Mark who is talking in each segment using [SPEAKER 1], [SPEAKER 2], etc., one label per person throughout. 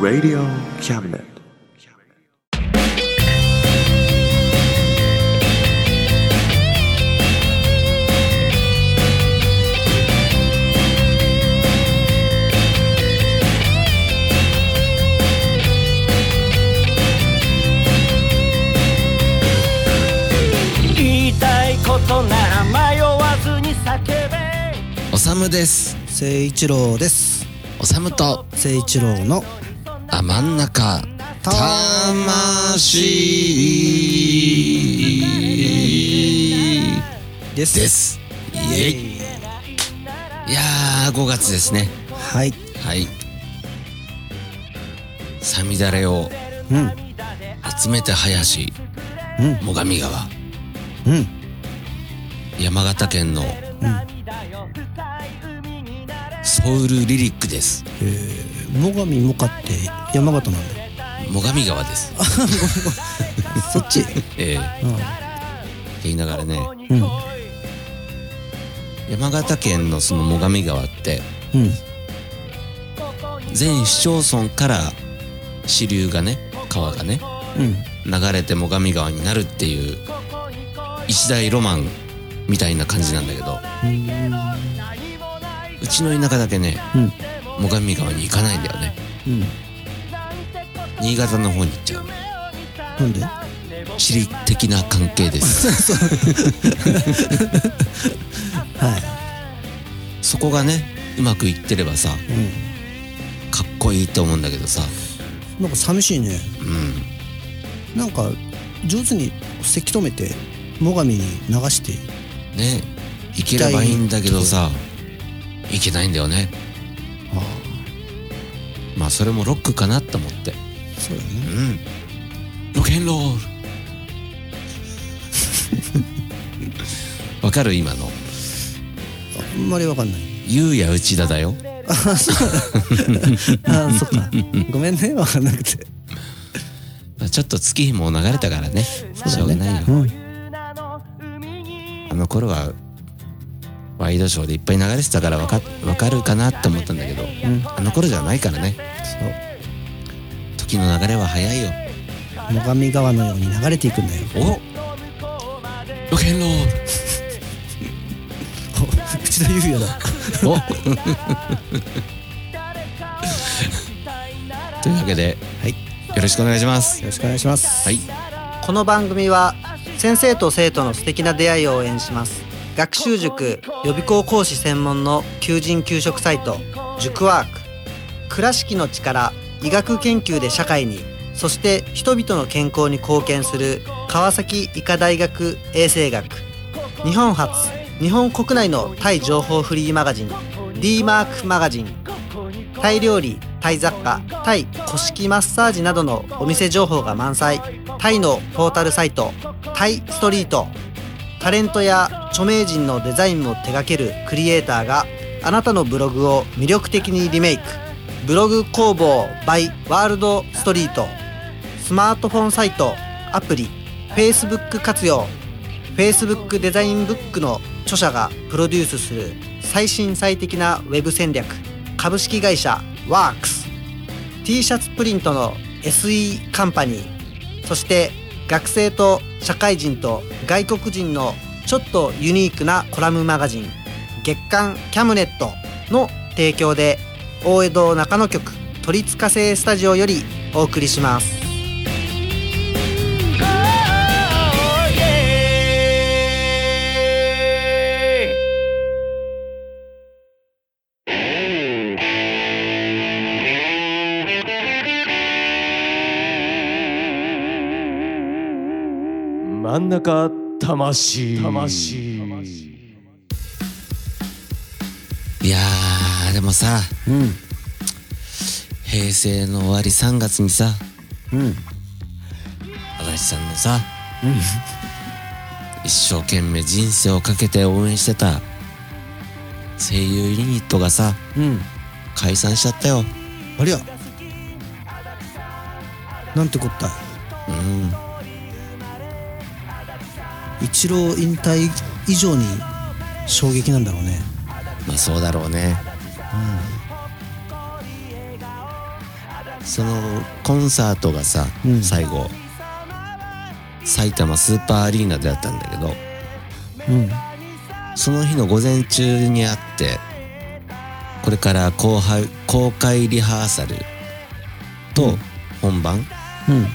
[SPEAKER 1] Radio Cabinet.
[SPEAKER 2] 言いたいことなら迷わずに叫べ
[SPEAKER 3] おさむです
[SPEAKER 4] 誠一郎です
[SPEAKER 3] おさむと
[SPEAKER 4] 誠一郎の
[SPEAKER 3] あ真ん中魂
[SPEAKER 4] です
[SPEAKER 3] ですイエイいやー5月ですね
[SPEAKER 4] はい
[SPEAKER 3] はいさみだれを
[SPEAKER 4] うんう
[SPEAKER 3] 集めて林
[SPEAKER 4] ん
[SPEAKER 3] 最上川
[SPEAKER 4] うん
[SPEAKER 3] 山形県のソウルリリックです
[SPEAKER 4] 最上もかって山形なんだよ
[SPEAKER 3] 最上川です
[SPEAKER 4] そっち
[SPEAKER 3] ええ
[SPEAKER 4] うん
[SPEAKER 3] って言いながらね
[SPEAKER 4] うん
[SPEAKER 3] 山形県のその最上川って
[SPEAKER 4] うん
[SPEAKER 3] 全市町村から支流がね川がね
[SPEAKER 4] うん
[SPEAKER 3] 流れて最上川になるっていう一大ロマンみたいな感じなんだけどうちの田舎だけね
[SPEAKER 4] うん
[SPEAKER 3] 最上川に行かないんだよね
[SPEAKER 4] うん
[SPEAKER 3] 新潟の方に行っちゃう
[SPEAKER 4] なんで
[SPEAKER 3] 地理的な関係です
[SPEAKER 4] は
[SPEAKER 3] そこがねうまくいってればさ
[SPEAKER 4] いうん
[SPEAKER 3] かっこいいと思うんだけどさ
[SPEAKER 4] なんか寂しいね
[SPEAKER 3] うん
[SPEAKER 4] なんか上手にせき止めて最上に流して
[SPEAKER 3] ね行ければいいんだけどさ行けないんだよね
[SPEAKER 4] あ
[SPEAKER 3] まあそれもロックかなと思って
[SPEAKER 4] あそうだ
[SPEAKER 3] う
[SPEAKER 4] ね
[SPEAKER 3] んロケンロールわかる今の
[SPEAKER 4] あんまりわかんない
[SPEAKER 3] ゆうや内田だよ
[SPEAKER 4] ああそっか ごめんねわかんなくて
[SPEAKER 3] まあちょっと月日も流れたからねしょうがないよ、
[SPEAKER 4] うん
[SPEAKER 3] あの頃はワイドショーでいっぱい流れてたからわかわかるかなって思ったんだけど、あの頃じゃないからね
[SPEAKER 4] そう
[SPEAKER 3] 時の流れは早いよ
[SPEAKER 4] 最上川のように流れていくんだよ
[SPEAKER 3] おロケンロール
[SPEAKER 4] 口田裕也だ
[SPEAKER 3] おというわけで、
[SPEAKER 4] はいよ
[SPEAKER 3] よろしくお願いします。
[SPEAKER 4] ろしくお願いします
[SPEAKER 3] はい、
[SPEAKER 5] この番組は先生と生徒の素敵な出会いを応援します学習塾予備校講師専門の求人・求職サイト塾ワーク倉敷の力医学研究で社会にそして人々の健康に貢献する川崎医科大学衛生学日本初日本国内のタイ情報フリーマガジン d マークマガジンタイ料理タイ雑貨タイ古式マッサージなどのお店情報が満載タイのポータルサイトタイストリートタレントや著名人のデザインも手掛けるクリエイターがあなたのブログを魅力的にリメイクブログ工房 by ワールドストリートスマートフォンサイトアプリ Facebook 活用 Facebook デザインブックの著者がプロデュースする最新最適なウェブ戦略株式会社 WorksT シャツプリントの SE カンパニーそして学生と社会人と外国人のちょっとユニークなコラムマガジン月刊キャムネットの提供で大江戸中野局都立火星スタジオよりお送りします。
[SPEAKER 6] 真ん中魂魂
[SPEAKER 3] いやー、でもさ、
[SPEAKER 4] うん
[SPEAKER 3] 平成の終わり3月にさ、
[SPEAKER 4] うん
[SPEAKER 3] 足立さんのさ、一生懸命人生をかけて応援してた声優ユニットがさ、
[SPEAKER 4] うん
[SPEAKER 3] 解散しちゃったよ。
[SPEAKER 4] ありゃなんてこった
[SPEAKER 3] うん、
[SPEAKER 4] 一郎引退以上に衝撃なんだろうね
[SPEAKER 3] まあそうだろうね。そのコンサートがさ、
[SPEAKER 4] うん
[SPEAKER 3] 最後埼玉スーパーアリーナであったんだけど
[SPEAKER 4] うん
[SPEAKER 3] その日の午前中にあってこれから後輩公開リハーサルと本番、フ
[SPEAKER 4] うん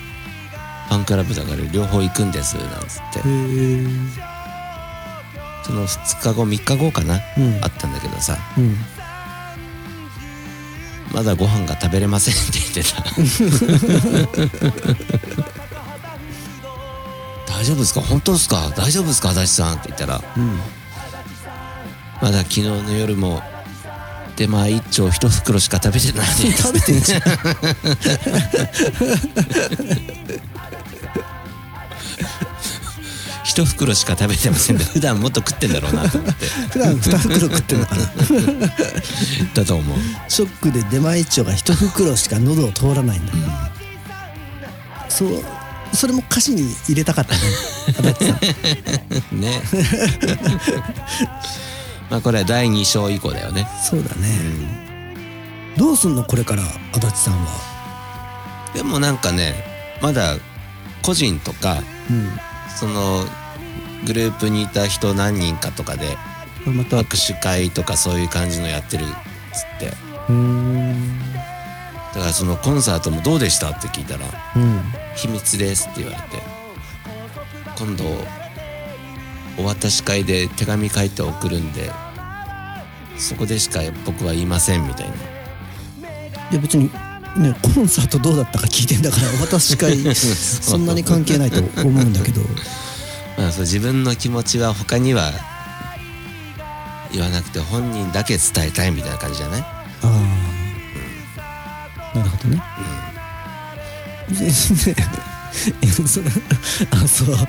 [SPEAKER 3] ァンクラブだから両方行くんですなんつって
[SPEAKER 4] へえ
[SPEAKER 3] その2日後3日後かな、
[SPEAKER 4] うん
[SPEAKER 3] あったんだけどさ
[SPEAKER 4] うん
[SPEAKER 3] まだご飯が食べれませんって言ってた 大丈夫ですか本当ですか大丈夫ですか足立さんって言ったら
[SPEAKER 4] うん
[SPEAKER 3] まだ昨日の夜も出前一丁一袋しか食べてないで
[SPEAKER 4] 食べてんじゃん
[SPEAKER 3] 一袋しか食べてませんで普段もっと食ってんだろうなと思って
[SPEAKER 4] 普段2袋食ってる のかな
[SPEAKER 3] だと思う
[SPEAKER 4] ショックで出前一丁が1袋しか喉を通らないんだ、そうそれも歌詞に入れたかったね足立さん
[SPEAKER 3] ねまあこれは第2章以降だよね
[SPEAKER 4] そうだね、どうすんのこれから足立さんは
[SPEAKER 3] でもなんかねまだ個人とか
[SPEAKER 4] うん
[SPEAKER 3] そのグループにいた人何人かとかで
[SPEAKER 4] またう
[SPEAKER 3] 握手会とかそういう感じのやってるっつって
[SPEAKER 4] ーん
[SPEAKER 3] だからそのコンサートもどうでしたって聞いたら
[SPEAKER 4] うん
[SPEAKER 3] 「秘密です」って言われて今度お渡し会で手紙書いて送るんでそこでしか僕は言いませんみたいない
[SPEAKER 4] や別にねコンサートどうだったか聞いてんだから私 かそんなに関係ないと思うんだけど
[SPEAKER 3] まあ、そう自分の気持ちは他には言わなくて本人だけ伝えたいみたいな感じじゃない
[SPEAKER 4] ああなるほどね。でそれあそう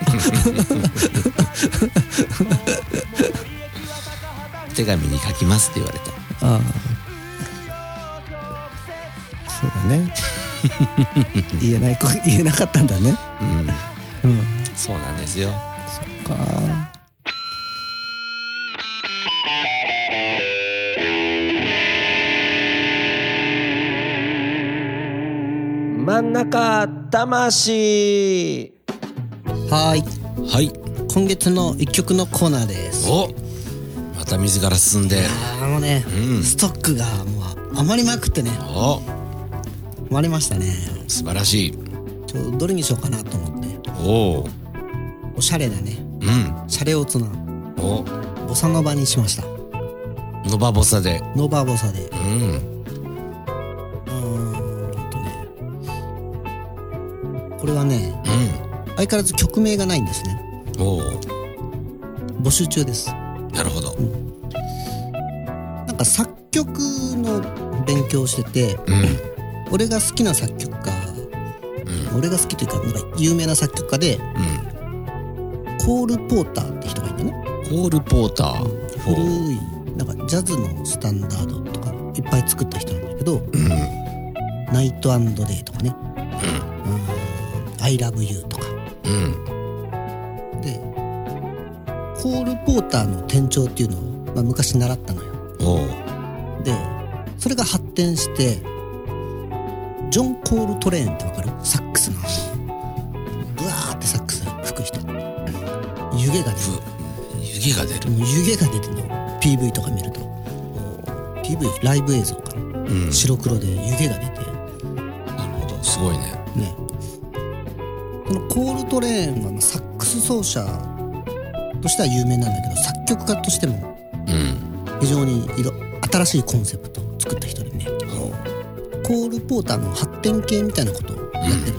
[SPEAKER 3] 手紙に書きますって言われた
[SPEAKER 4] ああそうだね言えないこ言えなかったんだね
[SPEAKER 3] うん
[SPEAKER 4] うん
[SPEAKER 3] そうなんですよ
[SPEAKER 4] か
[SPEAKER 6] 真ん中魂
[SPEAKER 4] はーい
[SPEAKER 3] はい
[SPEAKER 4] 今月の一曲のコーナーです
[SPEAKER 3] おまた自ら進んで
[SPEAKER 4] あーもうね、
[SPEAKER 3] うん
[SPEAKER 4] ストックがもう余りまくってね
[SPEAKER 3] お
[SPEAKER 4] 余りましたね
[SPEAKER 3] 素晴らしい
[SPEAKER 4] ちょどれにしようかなと思って
[SPEAKER 3] おお
[SPEAKER 4] おしゃれなね
[SPEAKER 3] うん
[SPEAKER 4] シャレオツな
[SPEAKER 3] お
[SPEAKER 4] ボサノバにしました
[SPEAKER 3] ノバボサで
[SPEAKER 4] ノバボサで
[SPEAKER 3] うん
[SPEAKER 4] うーんとねこれはね
[SPEAKER 3] う
[SPEAKER 4] 相変わらず曲名がないんですね
[SPEAKER 3] んおお
[SPEAKER 4] 募集中です
[SPEAKER 3] なるほど
[SPEAKER 4] なんか作曲の勉強をしてて
[SPEAKER 3] うん
[SPEAKER 4] 俺が好きな作曲家、俺が好きというかなんか有名な作曲家で
[SPEAKER 3] う
[SPEAKER 4] コール・ポーターって人がいてね
[SPEAKER 3] んコールポーター
[SPEAKER 4] 古いなんかジャズのスタンダードとかいっぱい作った人なんだけど「
[SPEAKER 3] うん
[SPEAKER 4] ナイトデイ」とかね「アイラブユー」I Love You とか
[SPEAKER 3] うん
[SPEAKER 4] でコール・ポーターの転調っていうのを、まあ、昔習ったのよ
[SPEAKER 3] おお
[SPEAKER 4] でそれが発展してジョン・コール・トレーンってわかるサックスのブワーってサックス吹く人湯気が出る
[SPEAKER 3] 湯気が出る
[SPEAKER 4] もう湯気が出てるの PV とか見るともう PV ライブ映像かな、
[SPEAKER 3] うん
[SPEAKER 4] 白黒で湯気が出て
[SPEAKER 3] なるほどすごいね
[SPEAKER 4] ねこのコール・トレーンはまあサックス奏者としては有名なんだけど作曲家としても
[SPEAKER 3] うん
[SPEAKER 4] 非常に色新しいコンセプトを作った人でねコール・ポーターの発展系みたいなことをやってる、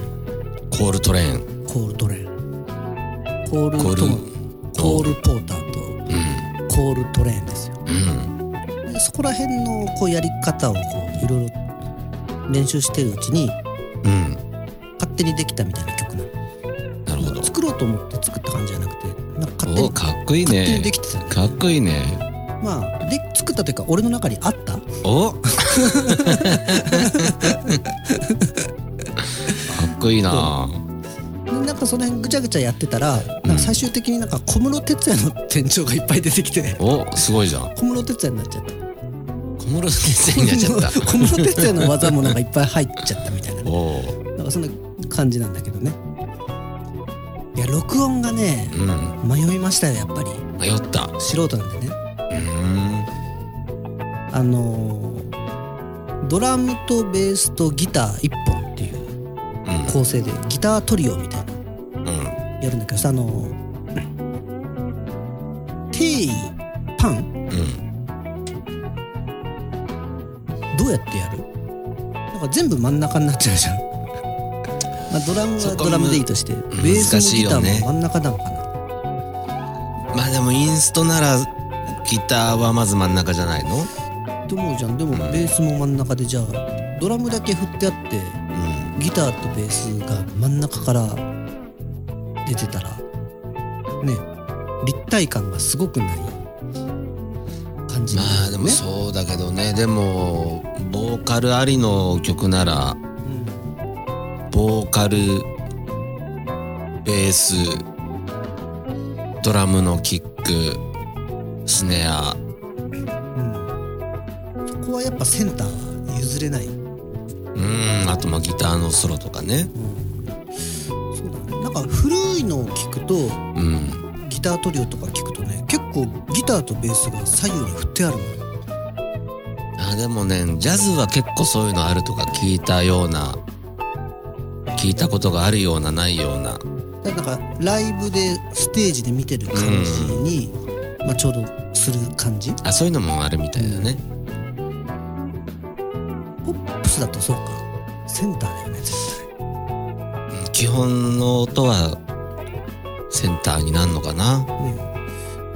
[SPEAKER 3] コールトレーン
[SPEAKER 4] コール・トレーンコール
[SPEAKER 3] コール
[SPEAKER 4] ともコ
[SPEAKER 3] コ
[SPEAKER 4] ー
[SPEAKER 3] ー
[SPEAKER 4] ル・ポーターと
[SPEAKER 3] う
[SPEAKER 4] コール・トレーンですよ
[SPEAKER 3] ん
[SPEAKER 4] でそこら辺のこうやり方をこういろいろ練習してるうちに
[SPEAKER 3] うんうん
[SPEAKER 4] 勝手にできたみたいな曲な
[SPEAKER 3] なるほど
[SPEAKER 4] の作ろうと思って作った感じじゃなくてなんか勝手
[SPEAKER 3] お
[SPEAKER 4] に
[SPEAKER 3] おかっこいい
[SPEAKER 4] 勝手に
[SPEAKER 3] ね
[SPEAKER 4] できてたの
[SPEAKER 3] かっこいいね
[SPEAKER 4] まあで作ったというか俺の中にあった
[SPEAKER 3] おかっこいいな
[SPEAKER 4] でなんかその辺ぐちゃぐちゃやってたらなんか最終的になんか 小室哲哉の店長がいっぱい出てきて
[SPEAKER 3] おすごいじゃん
[SPEAKER 4] 小室哲哉になっちゃった
[SPEAKER 3] 小小室哲哉になっちゃった
[SPEAKER 4] 小室哲哉の技もなんかいっぱい入っちゃったみたいなね
[SPEAKER 3] おう
[SPEAKER 4] なんかそんな感じなんだけどねいや録音がね
[SPEAKER 3] うん
[SPEAKER 4] 迷いましたよやっぱり
[SPEAKER 3] 迷ったう
[SPEAKER 4] 素人なんでね
[SPEAKER 3] ーん
[SPEAKER 4] あのードラムとベースとギター1本っていう構成でギタートリオみたいな
[SPEAKER 3] うんうん
[SPEAKER 4] やるんだけどさあのーテイパン
[SPEAKER 3] うん
[SPEAKER 4] どうやってやるなんか全部真ん中になっちゃうじゃんまあドラムはドラムでいいとして
[SPEAKER 3] む
[SPEAKER 4] ベース
[SPEAKER 3] 難
[SPEAKER 4] もギター
[SPEAKER 3] しいよね
[SPEAKER 4] も真ん中なのかな
[SPEAKER 3] まあでもインストならギターはまず真ん中じゃないの
[SPEAKER 4] と思うじゃんでもベースも真ん中でじゃあドラムだけ振ってあって
[SPEAKER 3] うん
[SPEAKER 4] ギターとベースが真ん中から出てたらね立体感がすごくない感じに
[SPEAKER 3] ま
[SPEAKER 4] な
[SPEAKER 3] あ
[SPEAKER 4] る
[SPEAKER 3] で
[SPEAKER 4] よ
[SPEAKER 3] も
[SPEAKER 4] ね
[SPEAKER 3] そうだけどねでもボーカルありの曲ならボーカルベースドラムのキックスネア
[SPEAKER 4] うんうんそこはやっぱセンターは譲れない、うん、
[SPEAKER 3] うんあとまあギターのソロとかね
[SPEAKER 4] そうだねなんか古いのを聞くと
[SPEAKER 3] うん
[SPEAKER 4] ギタートリオとか聞くとね結構ギターとベースが左右に振ってあるのよ
[SPEAKER 3] あでもねジャズは結構そういうのあるとか聞いたような聞いたことがあるようなないような
[SPEAKER 4] だからなんかライブでステージで見てる感じに、まあ、ちょうどする感じ
[SPEAKER 3] あそういうのもあるみたいだね
[SPEAKER 4] ポップスだとそうかセンターだよね絶対
[SPEAKER 3] うん基本の音はセンターになるのかな
[SPEAKER 4] ね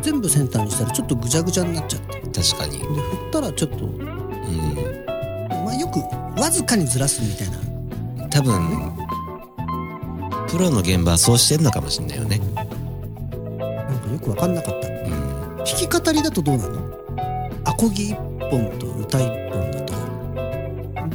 [SPEAKER 4] 全部センターにしたらちょっとぐちゃぐちゃになっちゃってで
[SPEAKER 3] 確かに
[SPEAKER 4] 振ったらちょっと、
[SPEAKER 3] う
[SPEAKER 4] まあ、よくわずかにずらすみたいなん
[SPEAKER 3] 多分プロの現場はそうしてんのかもしんないよね
[SPEAKER 4] なんかよく分かんなかった
[SPEAKER 3] うん
[SPEAKER 4] 弾き語りだとどうなのアコギ1本と歌1本だとギター
[SPEAKER 3] あ
[SPEAKER 4] は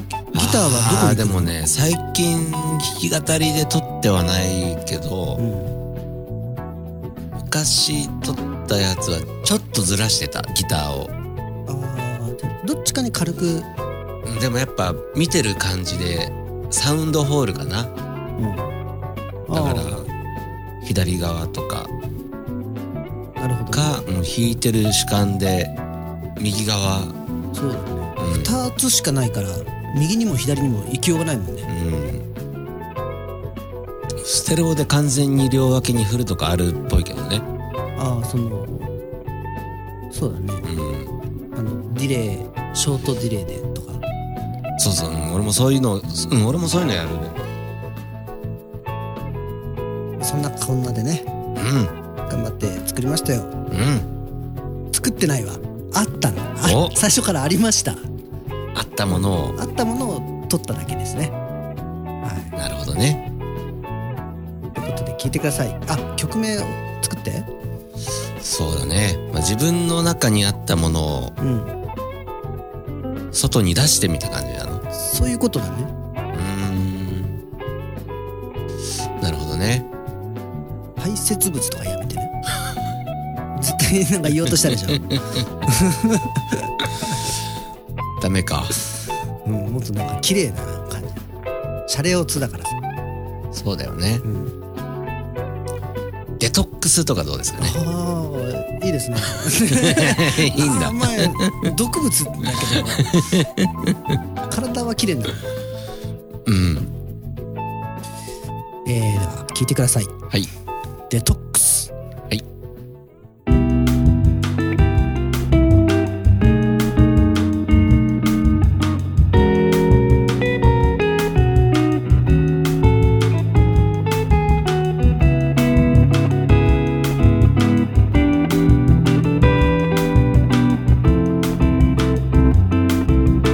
[SPEAKER 3] ー
[SPEAKER 4] ど
[SPEAKER 3] で
[SPEAKER 4] こ
[SPEAKER 3] も
[SPEAKER 4] に
[SPEAKER 3] ね最近弾き語りで撮ってはないけど、
[SPEAKER 4] 行
[SPEAKER 3] 昔撮ったやつはちょっとずらしてたギターを
[SPEAKER 4] くの、うん、あーじゃあどっちかに軽く、うん、
[SPEAKER 3] うんでもやっぱ見てる感じでサウンドホールかなだか
[SPEAKER 4] あ
[SPEAKER 3] ら左側とか
[SPEAKER 4] ーなるほど、
[SPEAKER 3] か、うん、弾いてる主観で右側
[SPEAKER 4] そうだね
[SPEAKER 3] うん
[SPEAKER 4] 2つしかないから右にも左にも行きようがないもんね
[SPEAKER 3] うんステレオで完全に両脇に振るとかあるっぽいけどね
[SPEAKER 4] ああそのそうだね
[SPEAKER 3] うん
[SPEAKER 4] あのディレイショートディレイでとか
[SPEAKER 3] そうそう、うん俺もそういうの、うん、俺もそういうのやる
[SPEAKER 4] そんなこんなでね
[SPEAKER 3] うん
[SPEAKER 4] 頑張って作りましたよ
[SPEAKER 3] うん
[SPEAKER 4] 作ってないわあったのあ
[SPEAKER 3] お
[SPEAKER 4] 最初からありました
[SPEAKER 3] あったものを
[SPEAKER 4] あったものを取っただけですねは
[SPEAKER 3] なるほどね
[SPEAKER 4] いということで聞いてくださいあ曲名を作って
[SPEAKER 3] そうだね、まあ、自分の中にあったものを
[SPEAKER 4] うん
[SPEAKER 3] 外に出してみた感じなのう
[SPEAKER 4] そういうことだね
[SPEAKER 3] ーんなるほどね
[SPEAKER 4] 排泄物とかやめてね絶対なんか言おうとしたでしょ、
[SPEAKER 3] ダメか
[SPEAKER 4] うん、もっとなんか綺麗な感じシャレオツだからさ、
[SPEAKER 3] そうだよね
[SPEAKER 4] うん、
[SPEAKER 3] デトックスとかどうです かね
[SPEAKER 4] ああいい ですね
[SPEAKER 3] いいん
[SPEAKER 4] あ
[SPEAKER 3] だ
[SPEAKER 4] ー前毒物だけど体は綺麗なの
[SPEAKER 3] うん
[SPEAKER 4] えー、では聞いてください
[SPEAKER 3] はい
[SPEAKER 4] デトックス
[SPEAKER 3] はい
[SPEAKER 4] 「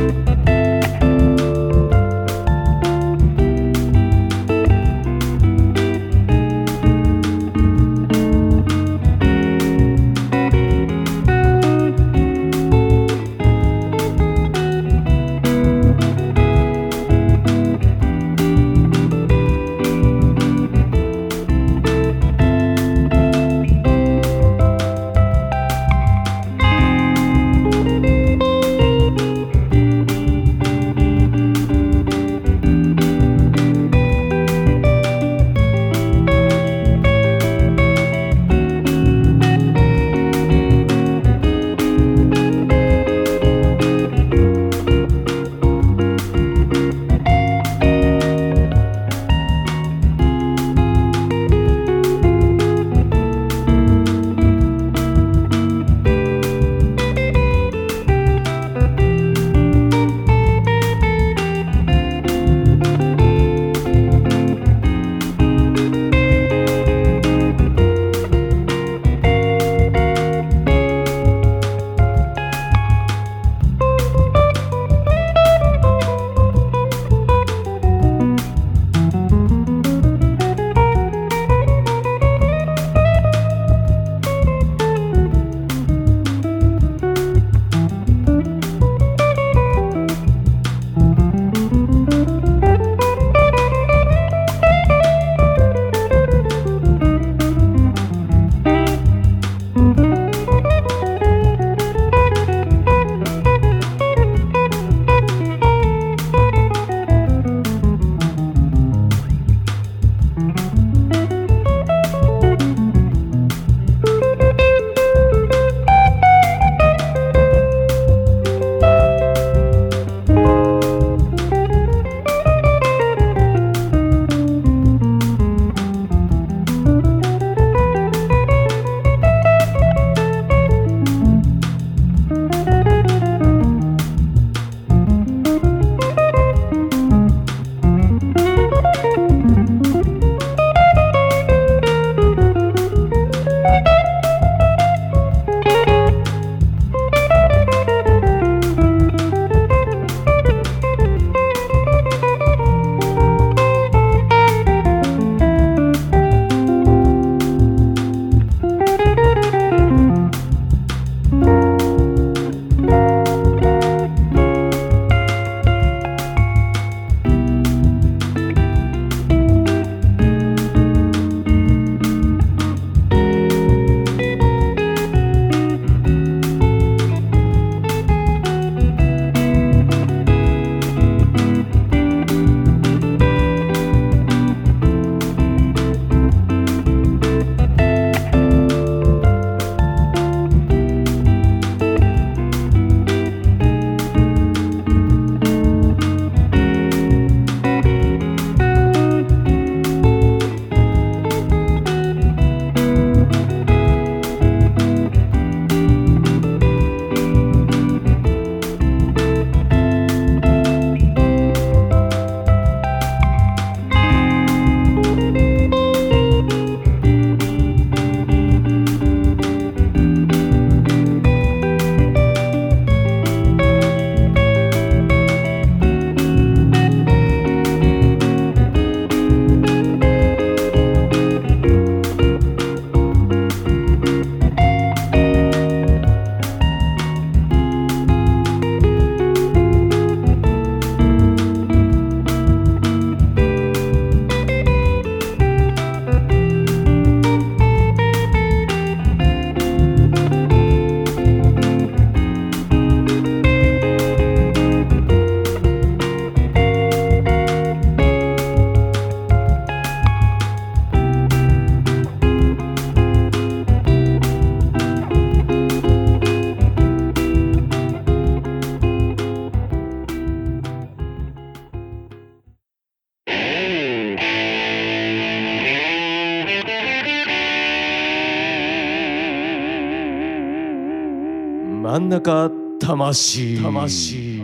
[SPEAKER 6] 真ん中魂魂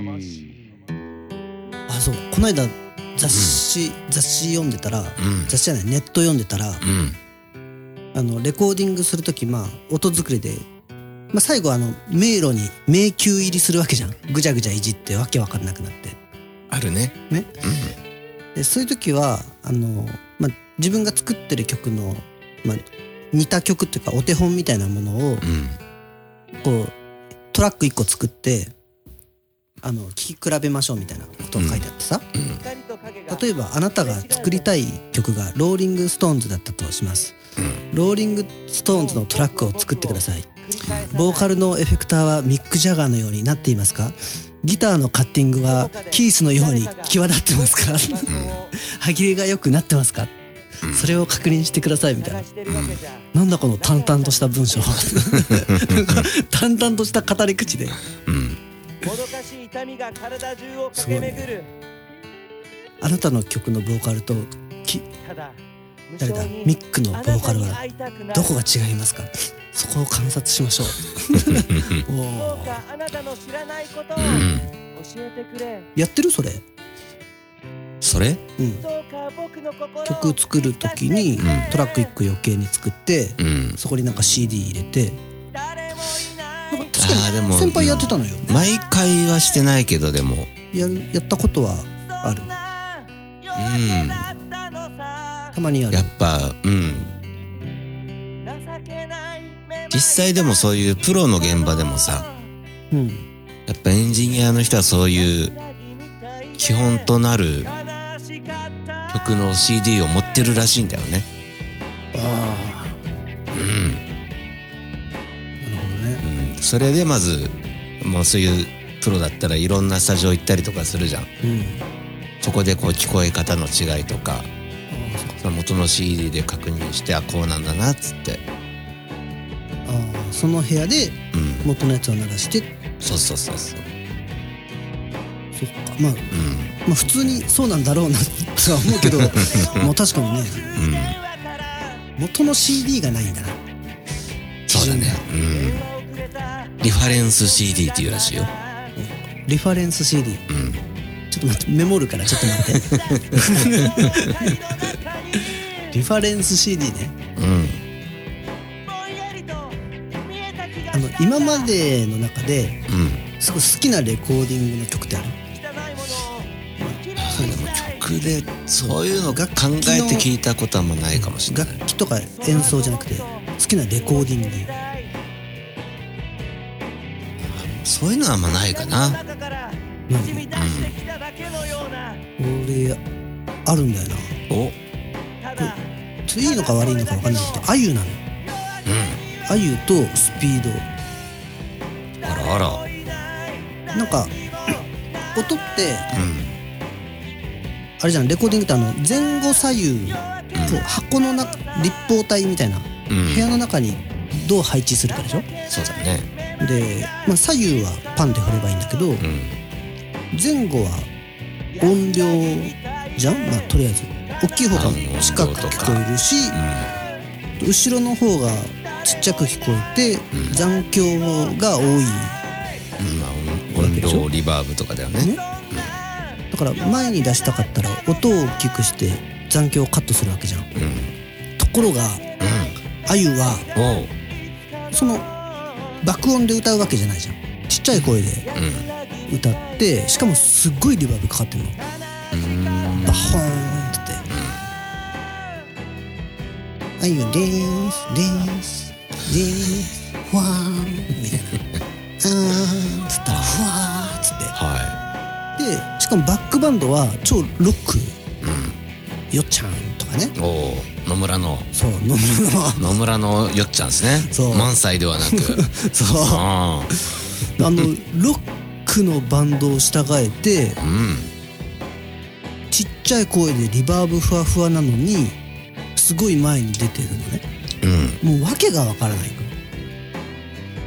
[SPEAKER 4] あそうこの間雑誌、雑誌読んでたら、
[SPEAKER 3] うん
[SPEAKER 4] 雑誌じゃないネット読んでたら、
[SPEAKER 3] うん
[SPEAKER 4] あのレコーディングする時まあ音作りで、まあ、最後あの迷路に迷宮入りするわけじゃんぐちゃぐちゃいじってわけわかんなくなって
[SPEAKER 3] あるね
[SPEAKER 4] ねでそういう時はあの、まあ、自分が作ってる曲の、まあ、似た曲っていうかお手本みたいなものを
[SPEAKER 3] うんうん
[SPEAKER 4] こうトラック1個作ってあの聴き比べましょうみたいなことが書いてあってさ、例えばあなたが作りたい曲がローリング・ストーンズだったとします、ローリング・ストーンズのトラックを作ってくださいボーカルのエフェクターはミック・ジャガーのようになっていますかギターのカッティングはキースのように際立ってますか歯切れが良くなってますかそれを確認してくださいみたいななんだこの淡々とした文章は淡々とした語り口で
[SPEAKER 3] うん
[SPEAKER 2] もどかしい痛みが体中を
[SPEAKER 4] す
[SPEAKER 2] 駆
[SPEAKER 4] ごい
[SPEAKER 2] け
[SPEAKER 4] ね
[SPEAKER 2] 巡る
[SPEAKER 4] あなたの曲のボーカルとき
[SPEAKER 2] ただ
[SPEAKER 4] 誰だミックのボーカルはどこが違いますかそこを観察しましょうお
[SPEAKER 2] どう
[SPEAKER 4] ー
[SPEAKER 2] かあなたの知らないことを
[SPEAKER 3] う
[SPEAKER 2] 教
[SPEAKER 3] ん
[SPEAKER 2] えてくれ
[SPEAKER 4] やってるそれ、
[SPEAKER 3] それ
[SPEAKER 4] うん、
[SPEAKER 2] どうか僕の心を
[SPEAKER 4] 曲作る時
[SPEAKER 2] ん
[SPEAKER 4] にトラック1個余計に作って
[SPEAKER 3] うん
[SPEAKER 4] そこになんか CD 入れて
[SPEAKER 2] 誰もいな
[SPEAKER 4] なん
[SPEAKER 2] い
[SPEAKER 4] か確か
[SPEAKER 3] あーでも
[SPEAKER 4] に先輩やってたのよ
[SPEAKER 3] 毎回はしてないけどでも
[SPEAKER 4] やるやったことはある
[SPEAKER 3] うん
[SPEAKER 4] たまにやる
[SPEAKER 3] やっぱうん実際でもそういうプロの現場でもさ
[SPEAKER 4] うん
[SPEAKER 3] やっぱエンジニアの人はそういう基本となる曲の CD を持ってるらしいんだよね
[SPEAKER 4] あ
[SPEAKER 3] う
[SPEAKER 4] あなるほどね
[SPEAKER 3] ん、うん、それでまずもうそういうプロだったらいろんなスタジオ行ったりとかするじゃん
[SPEAKER 4] うん
[SPEAKER 3] そこでこう聞こえ方の違いとかその元の CD で確認してあこうなんだなっつって
[SPEAKER 4] ああその部屋で
[SPEAKER 3] うん
[SPEAKER 4] 元のやつを流して
[SPEAKER 3] そうそうそうそう
[SPEAKER 4] そっかまあ
[SPEAKER 3] う
[SPEAKER 4] まあ普通にそうなんだろうなとは思うけ どまあ確かにね
[SPEAKER 3] んうん
[SPEAKER 4] 元の CD がないんだな
[SPEAKER 3] そうだねうんリファレンス CD っていうらしいよ
[SPEAKER 4] リファレンス CD
[SPEAKER 3] うん
[SPEAKER 4] ちょっと待ってメモるからちょっと待 ってリファレンス CD ね
[SPEAKER 3] うん
[SPEAKER 4] あの今までの中で
[SPEAKER 3] うん
[SPEAKER 4] すごい好きなレコーディングの曲ってある
[SPEAKER 3] そうでも曲でそういうのが考えて聞いたことはもうないかもしれない
[SPEAKER 4] 楽器とか演奏じゃなくて好きなレコーディング
[SPEAKER 3] そういうのはあんまないかな
[SPEAKER 4] 何俺あるんだよな
[SPEAKER 3] お
[SPEAKER 4] ちょっといいのか悪いのか分かんないけどあゆなのあゆとスピード
[SPEAKER 3] あらあら
[SPEAKER 4] なんか音って
[SPEAKER 3] うん
[SPEAKER 4] あれじゃんレコーディングってあの前後左右こう箱の中立方体みたいな
[SPEAKER 3] う
[SPEAKER 4] 部屋
[SPEAKER 3] ん
[SPEAKER 4] の中にどう配置するかでしょ
[SPEAKER 3] そうだね
[SPEAKER 4] で、まあ、左右はパンで振ればいいんだけど
[SPEAKER 3] うん
[SPEAKER 4] 前後は音量じゃんまあとりあえず大きい方が近く聞こえるし後ろの方がちっちゃく聞こえて
[SPEAKER 3] うん
[SPEAKER 4] 残響が多
[SPEAKER 3] う
[SPEAKER 4] い
[SPEAKER 3] んまあ音音量リバーブとかだよね
[SPEAKER 4] ねだから前に出したかったら音を大きくして残響をカットするわけじゃん
[SPEAKER 3] うん
[SPEAKER 4] ところがあゆは
[SPEAKER 3] うんおう
[SPEAKER 4] その爆音で歌うわけじゃないじゃんちっちゃい声で
[SPEAKER 3] うん
[SPEAKER 4] 歌ってしかもすっごいリバーブかかってるの
[SPEAKER 3] うん
[SPEAKER 4] バホーンってって「あゆでーすでーすでーすふわーん」みたいな「あーん」っつったら「ふわー」っつって
[SPEAKER 3] は
[SPEAKER 4] でしかもバックバンドは超ロック、よっちゃんとかね
[SPEAKER 3] いおう野村の
[SPEAKER 4] そう野村の
[SPEAKER 3] 野村のよっちゃんですね
[SPEAKER 4] そう
[SPEAKER 3] 満載ではなく
[SPEAKER 4] そう
[SPEAKER 3] あ
[SPEAKER 4] あのロックのバンドを従えて
[SPEAKER 3] あうん
[SPEAKER 4] ちっちゃい声でリバーブふわふわなのにすごい前に出てるのね
[SPEAKER 3] うん
[SPEAKER 4] もう訳がわからない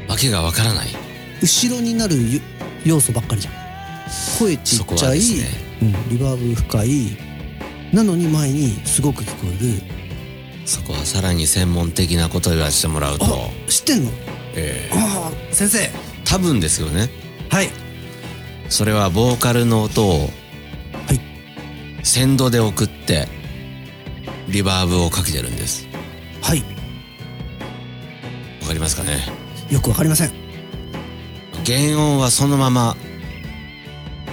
[SPEAKER 3] わけがわからない
[SPEAKER 4] 後ろになるよ要素ばっかりじゃん声ち
[SPEAKER 3] そ
[SPEAKER 4] っ
[SPEAKER 3] こ
[SPEAKER 4] ちゃ、
[SPEAKER 3] はいですね
[SPEAKER 4] うん、リバーブ深いなのに前にすごく聞こえ
[SPEAKER 3] そこはさらに専門的なことを言わせてもらうと
[SPEAKER 4] る知ってんの
[SPEAKER 3] ええ
[SPEAKER 4] ああ先生
[SPEAKER 3] 多分ですけどね
[SPEAKER 4] はい
[SPEAKER 3] それはボーカルの音を
[SPEAKER 4] はい
[SPEAKER 3] 先導で送ってリバーブをかけてるんです
[SPEAKER 4] はい
[SPEAKER 3] わかりますかね
[SPEAKER 4] よくわかりません
[SPEAKER 3] 原音はそのまま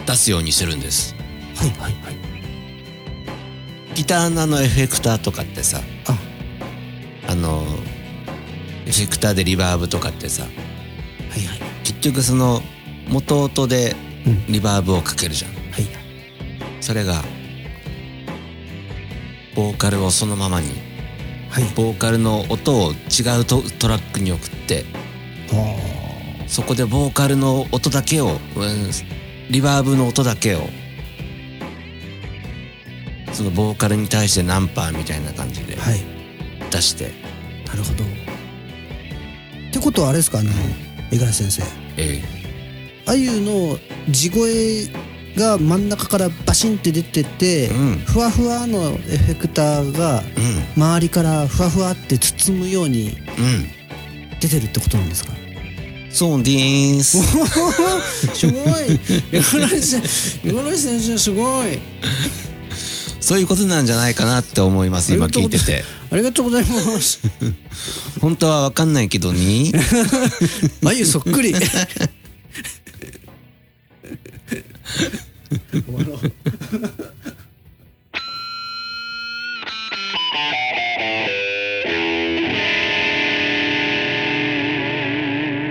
[SPEAKER 3] 出すようにしてるんです
[SPEAKER 4] はいはいはい
[SPEAKER 3] ギターのあのエフェクターとかってさ
[SPEAKER 4] あ
[SPEAKER 3] あのエフェクターでリバーブとかってさ
[SPEAKER 4] はいはい
[SPEAKER 3] 結局その元音で
[SPEAKER 4] うん
[SPEAKER 3] リバーブをかけるじゃん
[SPEAKER 4] はい
[SPEAKER 3] それがボーカルをそのままに
[SPEAKER 4] はい
[SPEAKER 3] ボーカルの音を違うトトラックに送って
[SPEAKER 4] あ
[SPEAKER 3] そこでボーカルの音だけを、うんリバーブの音だけをそのボーカルに対してナンパーみたいな感じで
[SPEAKER 4] ーはい
[SPEAKER 3] 出して、
[SPEAKER 4] なるほどってことはあれですかあの五十嵐先生
[SPEAKER 3] え
[SPEAKER 4] あゆの地声が真ん中からバシンって出てて、
[SPEAKER 3] えうん
[SPEAKER 4] ふわふわのエフェクターが
[SPEAKER 3] う
[SPEAKER 4] 周りからふわふわって包むように
[SPEAKER 3] ん
[SPEAKER 4] 出てるってことな んですか
[SPEAKER 3] うんそうでーす
[SPEAKER 4] おーすごい五十嵐先生五十嵐先生すごい
[SPEAKER 3] そういうことなんじゃないかなって思います今聞いてて
[SPEAKER 4] ありがとうございます
[SPEAKER 3] 本当はわかんないけどに
[SPEAKER 4] あゆそっ くり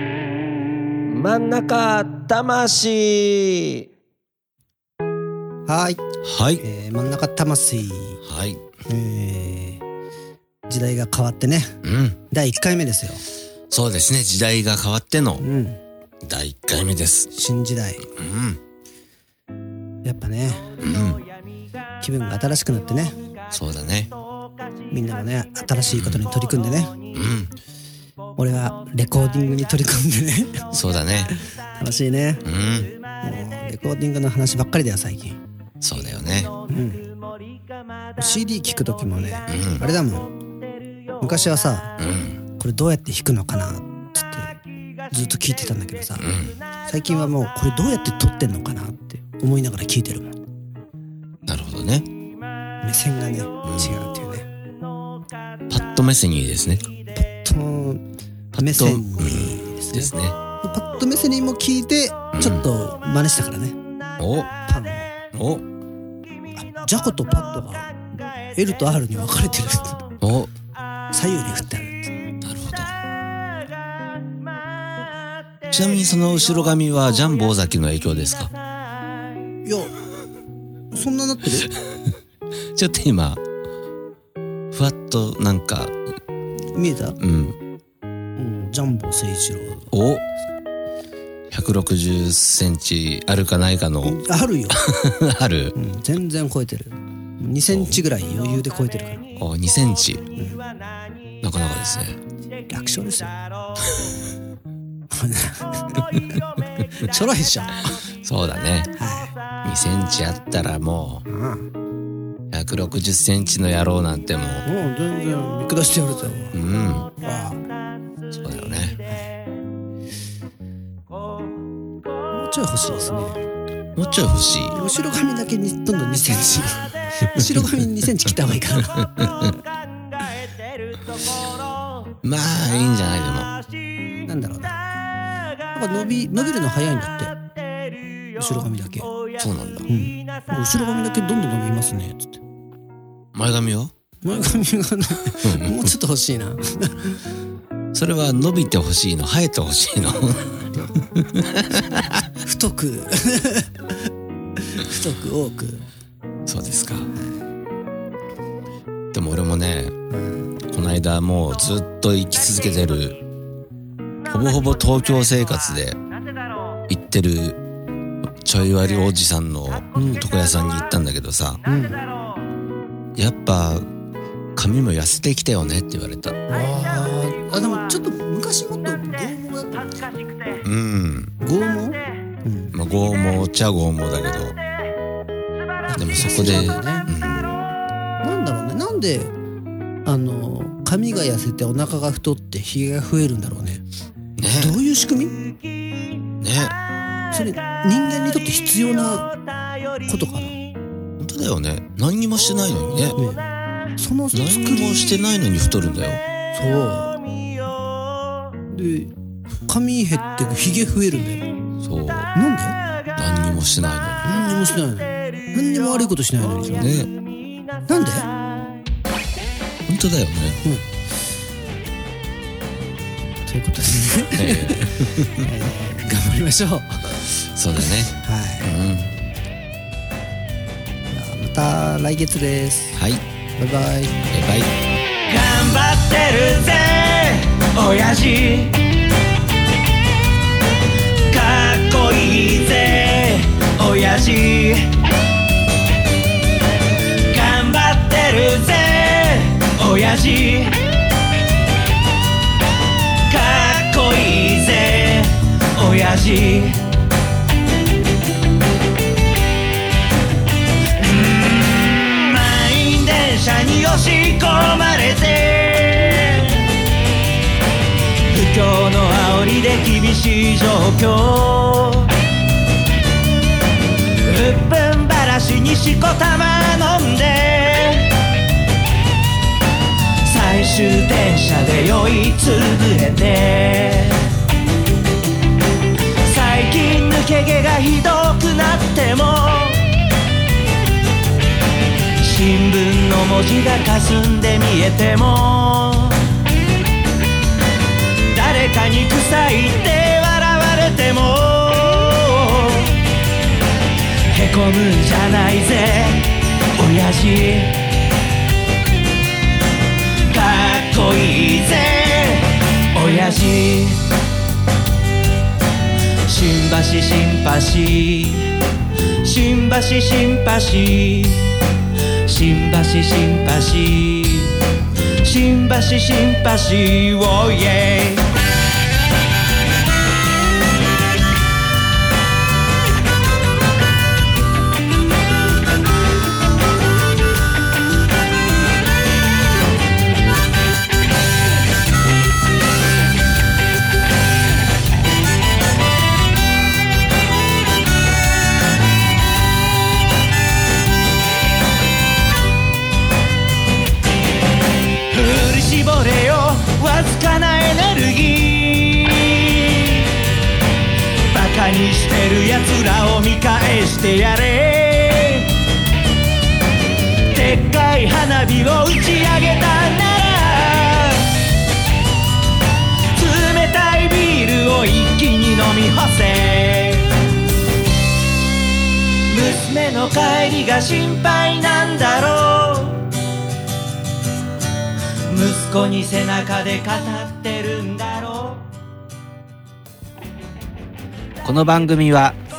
[SPEAKER 2] 真ん中魂
[SPEAKER 4] はい、
[SPEAKER 3] はい
[SPEAKER 4] えー、真ん中魂、
[SPEAKER 3] はい
[SPEAKER 4] えー、時代が変わってね
[SPEAKER 3] うん
[SPEAKER 4] 第一回目ですよ、
[SPEAKER 3] そうですね時代が変わっての
[SPEAKER 4] うん、
[SPEAKER 3] 第1回目です
[SPEAKER 4] 新時代
[SPEAKER 3] うん
[SPEAKER 4] やっぱね
[SPEAKER 3] うん
[SPEAKER 4] 気分が新しくなってね
[SPEAKER 3] そうだね
[SPEAKER 4] みんなもね新しいことに取り組んでね
[SPEAKER 3] うん
[SPEAKER 4] 俺はレコーディングに取り組んでね
[SPEAKER 3] そうだね
[SPEAKER 4] 楽しいね
[SPEAKER 3] うん
[SPEAKER 4] もうレコーディングの話ばっかりだよ最近
[SPEAKER 3] そうだよね
[SPEAKER 4] うん CD 聴く時もね
[SPEAKER 3] うん
[SPEAKER 4] あれだもん昔はさ
[SPEAKER 3] うん
[SPEAKER 4] これどうやって弾くのかなっつってずっと聴いてたんだけどさ
[SPEAKER 3] うん
[SPEAKER 4] 最近はもうこれどうやって撮ってんのかなって思いながら聴いてるもん
[SPEAKER 3] なるほどね
[SPEAKER 4] 目線がね違うっていうね
[SPEAKER 3] パッと目線にいいですね
[SPEAKER 4] その目線にですね
[SPEAKER 3] ですね
[SPEAKER 4] パッと目線にも聞いて
[SPEAKER 3] うん
[SPEAKER 4] ちょっと真似したからね、
[SPEAKER 3] お
[SPEAKER 4] パンを
[SPEAKER 3] お
[SPEAKER 4] あジャコとパッドが L と R に分かれてる
[SPEAKER 3] お
[SPEAKER 4] 左右に振ってある
[SPEAKER 3] なるほどちなみにその後ろ髪はジャンボ尾崎の影響ですか
[SPEAKER 4] いやそんななってる
[SPEAKER 3] ちょっと今ふわっとなんか
[SPEAKER 4] 見えた、
[SPEAKER 3] うん
[SPEAKER 4] うん、ジャンボ誠一郎
[SPEAKER 3] お160センチあるかないかの
[SPEAKER 4] あるよ、
[SPEAKER 3] ある
[SPEAKER 4] うん、全然超えてる2センチぐらい余裕で超えてるから
[SPEAKER 3] お2センチなかなかですね
[SPEAKER 4] 楽勝ですよ ちょろいっしょ
[SPEAKER 3] そうだね
[SPEAKER 4] は
[SPEAKER 3] 2センチあったらも
[SPEAKER 4] い、
[SPEAKER 3] う
[SPEAKER 4] うん
[SPEAKER 3] 160センチの野郎なんてもう
[SPEAKER 4] もう全然見下してやるぜ
[SPEAKER 3] うん
[SPEAKER 4] もうわあ
[SPEAKER 3] そうだよね
[SPEAKER 4] もうちょい欲しいですね
[SPEAKER 3] もうちょい欲しい
[SPEAKER 4] 後ろ髪だけにどんどん2セン チ後ろ髪2センチ切った方がいいかな
[SPEAKER 3] まあいいんじゃない
[SPEAKER 4] なんだろうなやっぱ伸び伸びるの早いんだって後ろ髪だけう
[SPEAKER 3] でもそうなんだ
[SPEAKER 4] んもう 後ろ髪だけどんどん伸びますねつって
[SPEAKER 3] 前髪は
[SPEAKER 4] 前髪がねもうちょっと欲しいな
[SPEAKER 3] それは伸びてほしいの生えてほしいの
[SPEAKER 4] 太く太く多く
[SPEAKER 3] そうですかでも俺もねこの間もうずっと生き続けてるほぼほぼ東京生活で行ってるちょい割りおじさんの床屋さんに行ったんだけどさ、やっぱ髪も痩せてきたよねって言われたう
[SPEAKER 4] あーあでもちょっと昔もっと剛毛だった
[SPEAKER 3] ん
[SPEAKER 4] 剛毛うん
[SPEAKER 3] まあ剛毛っちゃ剛毛だけどでもそこで、
[SPEAKER 4] そうだねなんだろうねなんであの髪が痩せてお腹が太ってひげが増えるんだろうね
[SPEAKER 3] うんね
[SPEAKER 4] どういう仕組みそれ人間にとって必要なことかな、ね、
[SPEAKER 3] 本当だよね何にもしてないのにね
[SPEAKER 4] その作り
[SPEAKER 3] 何にもしてないのに太るんだよ
[SPEAKER 4] そうで髪減ってくひげ増えるんだよ
[SPEAKER 3] そう
[SPEAKER 4] なんで
[SPEAKER 3] 何にもしてない
[SPEAKER 4] 何にもしないのに何にも悪いことしないのに
[SPEAKER 3] のにね
[SPEAKER 4] なんで
[SPEAKER 3] 本当だよね
[SPEAKER 4] ということですね
[SPEAKER 3] え
[SPEAKER 4] 頑張りましょうは
[SPEAKER 3] えそうだねう
[SPEAKER 4] いまた来月です
[SPEAKER 3] んはい
[SPEAKER 4] バイバイ
[SPEAKER 3] えバイ
[SPEAKER 2] 頑張ってるぜ親父かっこいいぜ親父頑張ってるぜ親父かっこいいぜ親父満員電車に押し込まれて不況の煽りで厳しい状況うっぷんばらしにしこたま飲んで最終電車で酔いつぶれて最近抜け毛がひどくなっても新聞の文字が霞んで見えても誰かに臭いって笑われてもへこむんじゃないぜ親父かっこいいぜ親父新橋シンパシー新橋シンパシー新橋新橋新橋新橋をイエイ振り絞れよわずかなエネルギーバカにしてるやつらを見返してやれでっかい花火を打ち上げたなら冷たいビールを一気に飲み干せ娘の帰りが心配なんだろう息子に背中で語ってるんだろう
[SPEAKER 5] この番組は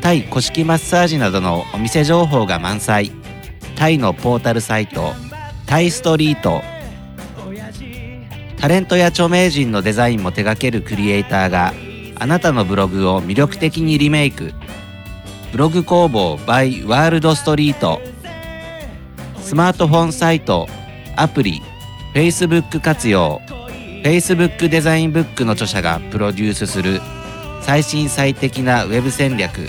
[SPEAKER 5] タイ古式マッサージなどのお店情報が満載タイのポータルサイトタイストリートタレントや著名人のデザインも手掛けるクリエイターがあなたのブログを魅力的にリメイクブログ工房 by ワールドストリートスマートフォンサイトアプリ Facebook 活用 Facebook デザインブックの著者がプロデュースする最新最適なウェブ戦略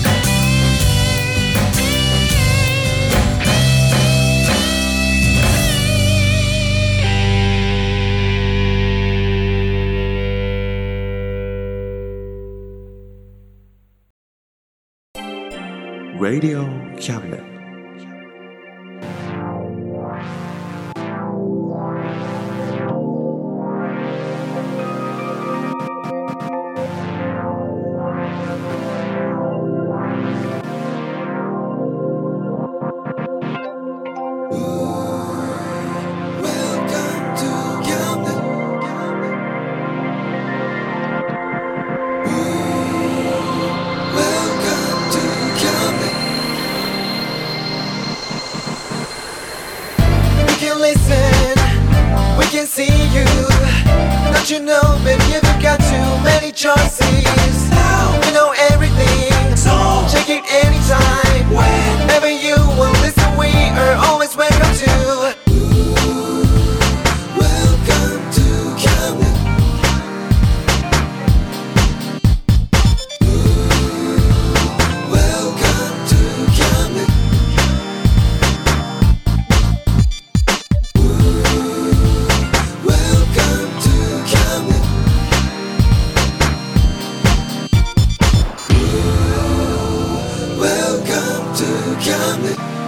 [SPEAKER 1] Radio Cabinet.
[SPEAKER 5] choices. You know everything. So check it anytime. Whenever you will listen, we are always welcome to. Welcome to Camden. Welcome to Camden. Welcome to Camden. Welcome to Camden.